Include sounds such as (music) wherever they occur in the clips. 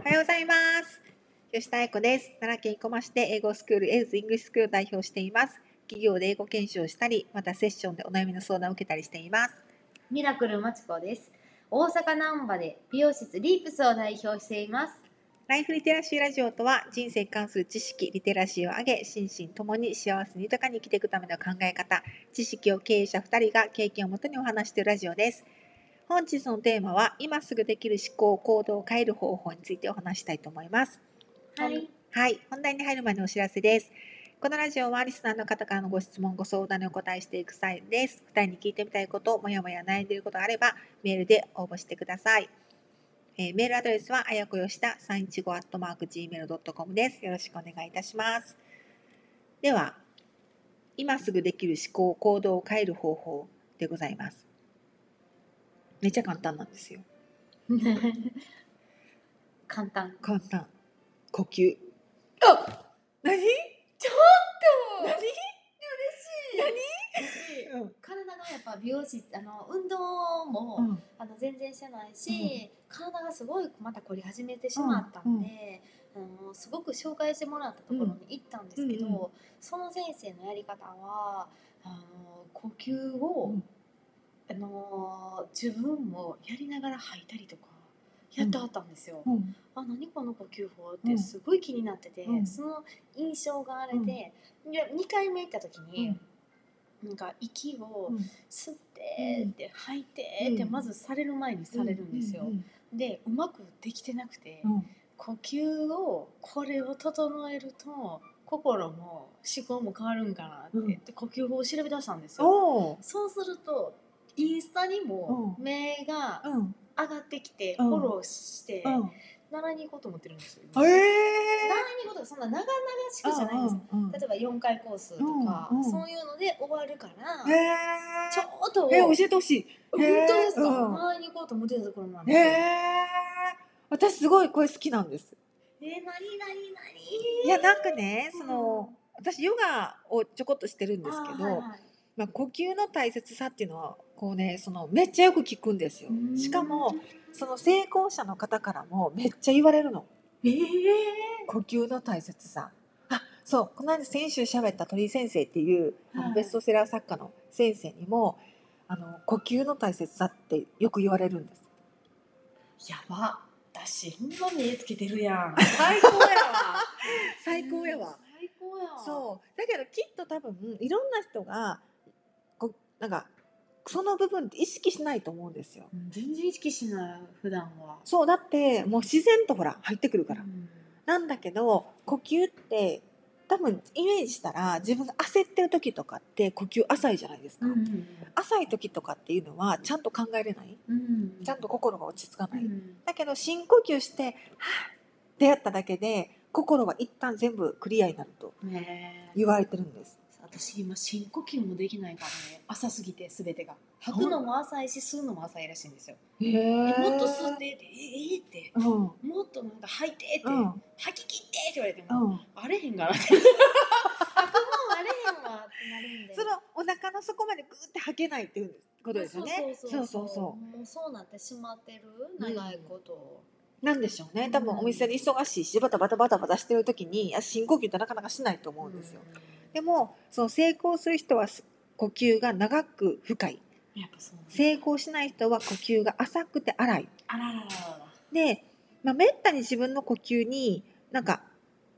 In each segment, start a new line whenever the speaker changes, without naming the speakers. おはようございます。吉田愛子です。奈良県生駒市で英語スクールエースイングリッシュスクールを代表しています。企業で英語研修をしたり、またセッションでお悩みの相談を受けたりしています。
ミラクルまちこです。大阪難波で美容室リープスを代表しています。
ライフリテラシーラジオとは、人生に関する知識、リテラシーを上げ、心身ともに幸せに豊かに生きていくための考え方、知識を経営者2人が経験をもとにお話しているラジオです。本日のテーマは、今すぐできる思考、行動を変える方法についてお話したいと思います。
はい。
はい、本題に入る前にお知らせです。このラジオはリスナーの方からのご質問、ご相談にお答えしていく際です。二人に聞いてみたいこと、もやもや悩んでいることがあれば、メールで応募してください。えーメールアドレスは、あやこよした315アットマーク Gmail.com です。よろしくお願いいたします。では、今すぐできる思考、行動を変える方法でございます。めっちゃ簡単なんですよ。
簡単。
簡単。呼吸。
あ、
何
ちょっと。嬉しい。嬉しい。
うん
体がやっぱ美容室あの運動も、
うん
あの全然してないし、体がすごいまた凝り始めてしまったんで、あのすごく紹介してもらったところに行ったんですけど、
うんうんうん
その先生のやり方はあの呼吸を、
うん
あの自分もやりながら吐いたりとかやってはったんですよ。
うん
あ何この呼吸法っ
う
て
ん
すごい気になってて、
うん
その印象があれで、で2回目行った時に、なんか息を
うん
吸って
うん
って吐いてって
うん
まずされる前にされるんですよ。
ううん
でうまくできてなくて、
うん
呼吸をこれを整えると心も思考も変わるんかなって、
うん
で呼吸法を調べ出したんですよ。
おお。
そうするとインスタにも
う
目が
うん。
上がってきて、
うん
フォローして、
うん。
習いに行こうと思ってるんですよ。
ええ
習いに行こうとかそんな長々しくじゃないんですよ。
うん
例えば4回コースとか、
うんうん
そういうので終わるから、
え
ちょうど
え。え、教えてほし
本当ですか、
うん
習いに行こうと思ってたところなん
い。
で
え
すよ
え。私すごいこれ好きなんです。
えー、なになにないに
や、なんかね、その。私ヨガをちょこっとしてるんですけど、
あーはいはい
まあ、呼吸の大切さっていうのはこうねそのめっちゃよく聞くんですよ
うん
しかもその成功者の方からもめっちゃ言われるの
えー、
呼吸の大切さあそうこの間先週喋った鳥居先生っていう、あ
は
の
い
ベストセラー作家の先生にもあの呼吸の大切さってよく言われるんです
やば私ほんま目つけてるやん最
(laughs)
高やわ最高やわ
そうだけどきっと多分いろんな人がこうなんかその部分って意識しないと思うんですよ
うん全然意識しない普段は
そうだってもう自然とほら入ってくるから、
うん
なんだけど呼吸って多分イメージしたら自分が焦ってる時とかって呼吸浅いじゃないですか、
うん
浅い時とかっていうのはちゃんと考えれない
うん
ちゃんと心が落ち着か
う
ない、
ん
だけど深呼吸してはぁってやっただけで心は一旦全部クリアになると
ねえ
言われてるんです
私今深呼吸もできないからね浅すぎて全てが吐くのも浅いし吸うのも浅いらしいんですよ
へ
え
え
もっと吸ってってええって
うんうん
もっとなんか吐いてって、
うん
吐き切ってって言われても、
うん
あれへんがなって吐くもんあれへんわってなるんで
そのお腹の底までグーって吐けないっていうことですよね
そうそ
そ
うそ
そ
うう
うそ
もうそうなってしまってる
うん
長いこと、
うなんでしょうね多分お店で忙しいしバタバタバタバタしてる時にあ深呼吸ってなかなかしないと思うんですよ、でもその成功する人はす呼吸が長く深い
やっぱそうなんだ
成功しない人は呼吸が浅くて荒い
あらららら
で、まあ、めったに自分の呼吸になんか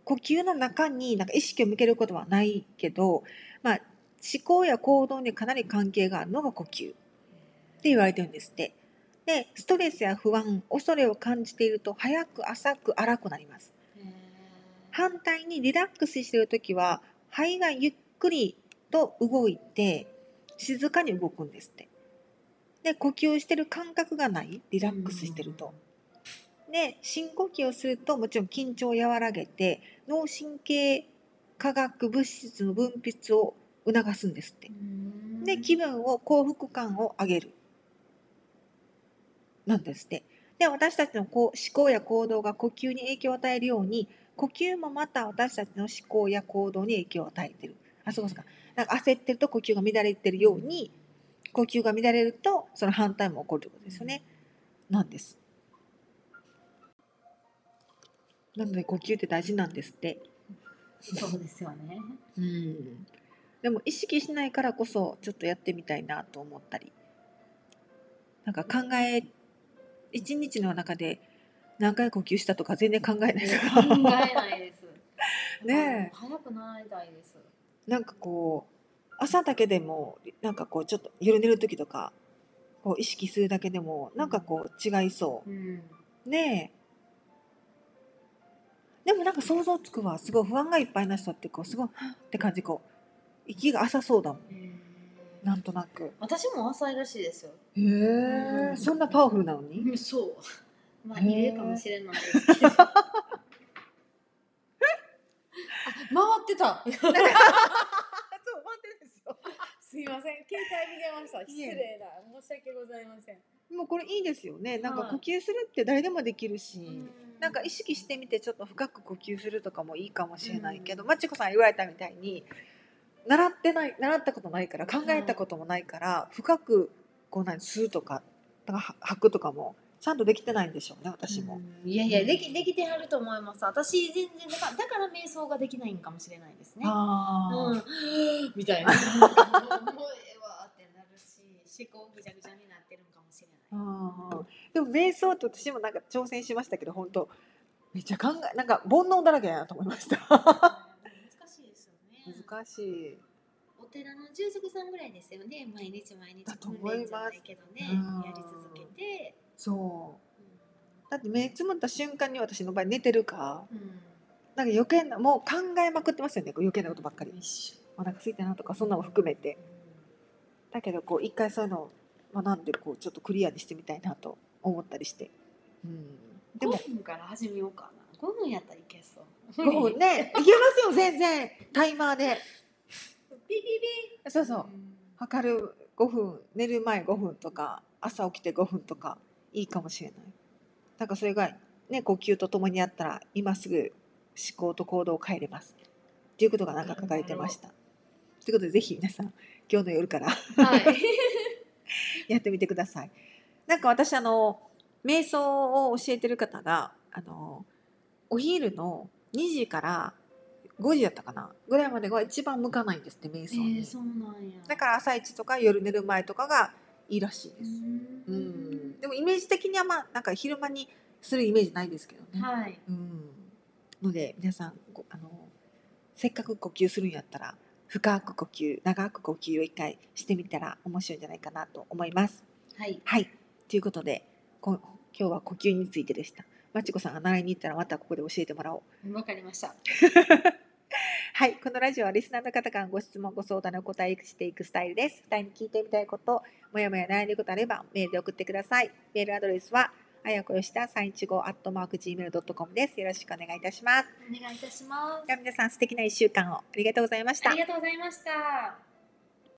呼吸の中になんか意識を向けることはないけど、まあ、思考や行動にかなり関係があるのが呼吸って言われてるんですってでストレスや不安恐れを感じていると早く浅く荒くなります
ら
反対にリラックスしている時は肺がゆっくりと動いて静かに動くんですってで呼吸してる感覚がないリラックスしてると、で深呼吸をするともちろん緊張を和らげて脳神経化学物質の分泌を促すんですってで気分を幸福感を上げるなんですってで私たちのこう思考や行動が呼吸に影響を与えるように呼吸もまた私たちの思考や行動に影響を与えてるあそうかそうかなんか焦ってると呼吸が乱れてるように呼吸が乱れるとその反対も起こるということですよねなんですなので呼吸って大事なんですって。
そうですよ
(laughs)
ね。
うん。でも意識しないからこそちょっとやってみたいなと思ったり。なんか考え一日の中で何回呼吸したとか全然考えないか
考
ら。
えないです。
ねえ
早くなりたいです。。
なんかこう朝だけでもなんかこうちょっと緩んでる時とかこう意識するだけでもなんかこう違いそううんねえでもなんか想像つくわすごい不安がいっぱいな人ってこうすごいはぁって感じこう息が浅そうだもん
えー
なんとなく
私も浅いらしいですよ。
へえそんなパワフルなのに
そう。まあ、
へー
いるかもしれないです (laughs) けど。あ回
(laughs) そう待
ってた。
ってですよ
すいません、携帯見れました。
いえ
だ。申し訳ございません。
もうこれいいですよねなんか
はい
呼吸するって誰でもできるし、なんか
い
意識してみてちょっと深く呼吸するとかもいいかもしれないけど、
う
まちこさん言われたみたいに習ってない習ったことないから考えたこともないから、深くこう何吸うとかだからは吐くとかもちゃんとできてないんでしょうね私も。
いやいや、でき、できてはると思います。私、全然、だから、だから瞑想ができないんかもしれないですね。
あ
う
(laughs) ー
ん、みたいな。もうええわってなるし、思考ぐちゃぐちゃになってるんかもしれ
う
ない。
んうんでも瞑想って私もなんか挑戦しましたけど本当めっちゃ考えなんか煩悩だらけだなと思いました
難しいですよね。
難しい、
お寺の住職さんぐらいですよね。毎日毎日
だと
訓
思い
練じゃ
ま
な
す
いけどね、
うん
やり続けて。
そうだって目つむった瞬間に私の場合寝てるか
うんうん
なんか余計なもう考えまくってますよねこう余計なことばっかり
一緒
お腹空いたなとかそんなのも含めて
う
だけどこう一回そういうのを学んでこうちょっとクリアにしてみたいなと思ったりして、うん、で
ん
も
5分から始めようかな。5分やったらいけそう。
5分ねいけますよ全然タイマーで
ビビ
そう
ビ。
そう
うん
測る5分寝る前5分とか朝起きて5分とかいいかもしれないなんかそれがね呼吸とともにあったら今すぐ思考と行動を変えれますっていうことがなんか書かれてましたということでぜひ皆さん今日の夜から (laughs)
はい。
やってみてください。なんか私あの瞑想を教えてる方があのお昼の2時から5時だったかなぐらいまでが一番向かないんですって瞑
え
想に、
ー、そうなんや。
だから朝一とか夜寝る前とかがいいらしいで
う
す。
ん
うんでもイメージ的にはまあなんか昼間にするイメージないですけどね。
はい。
うんので皆さんごあのせっかく呼吸するんやったら深く呼吸長く呼吸を一回してみたら面白いんじゃないかなと思います。
はい。
はい、ということでこ今日は呼吸についてでした。まちこさんが習いに行ったらまたここで教えてもらおう。
わかりました。
はい、このラジオはリスナーの方からのご質問、ご相談にお答えしていくスタイルです。二人に聞いてみたいこと、もやもや悩んでいることあればメールで送ってください。メールアドレスはあやこよした315アットマーク Gmail.com です。よろしくお願いいたします。
お願いいたします
で。は皆さん素敵な一週間をありがとうございました
あり。がとうございました。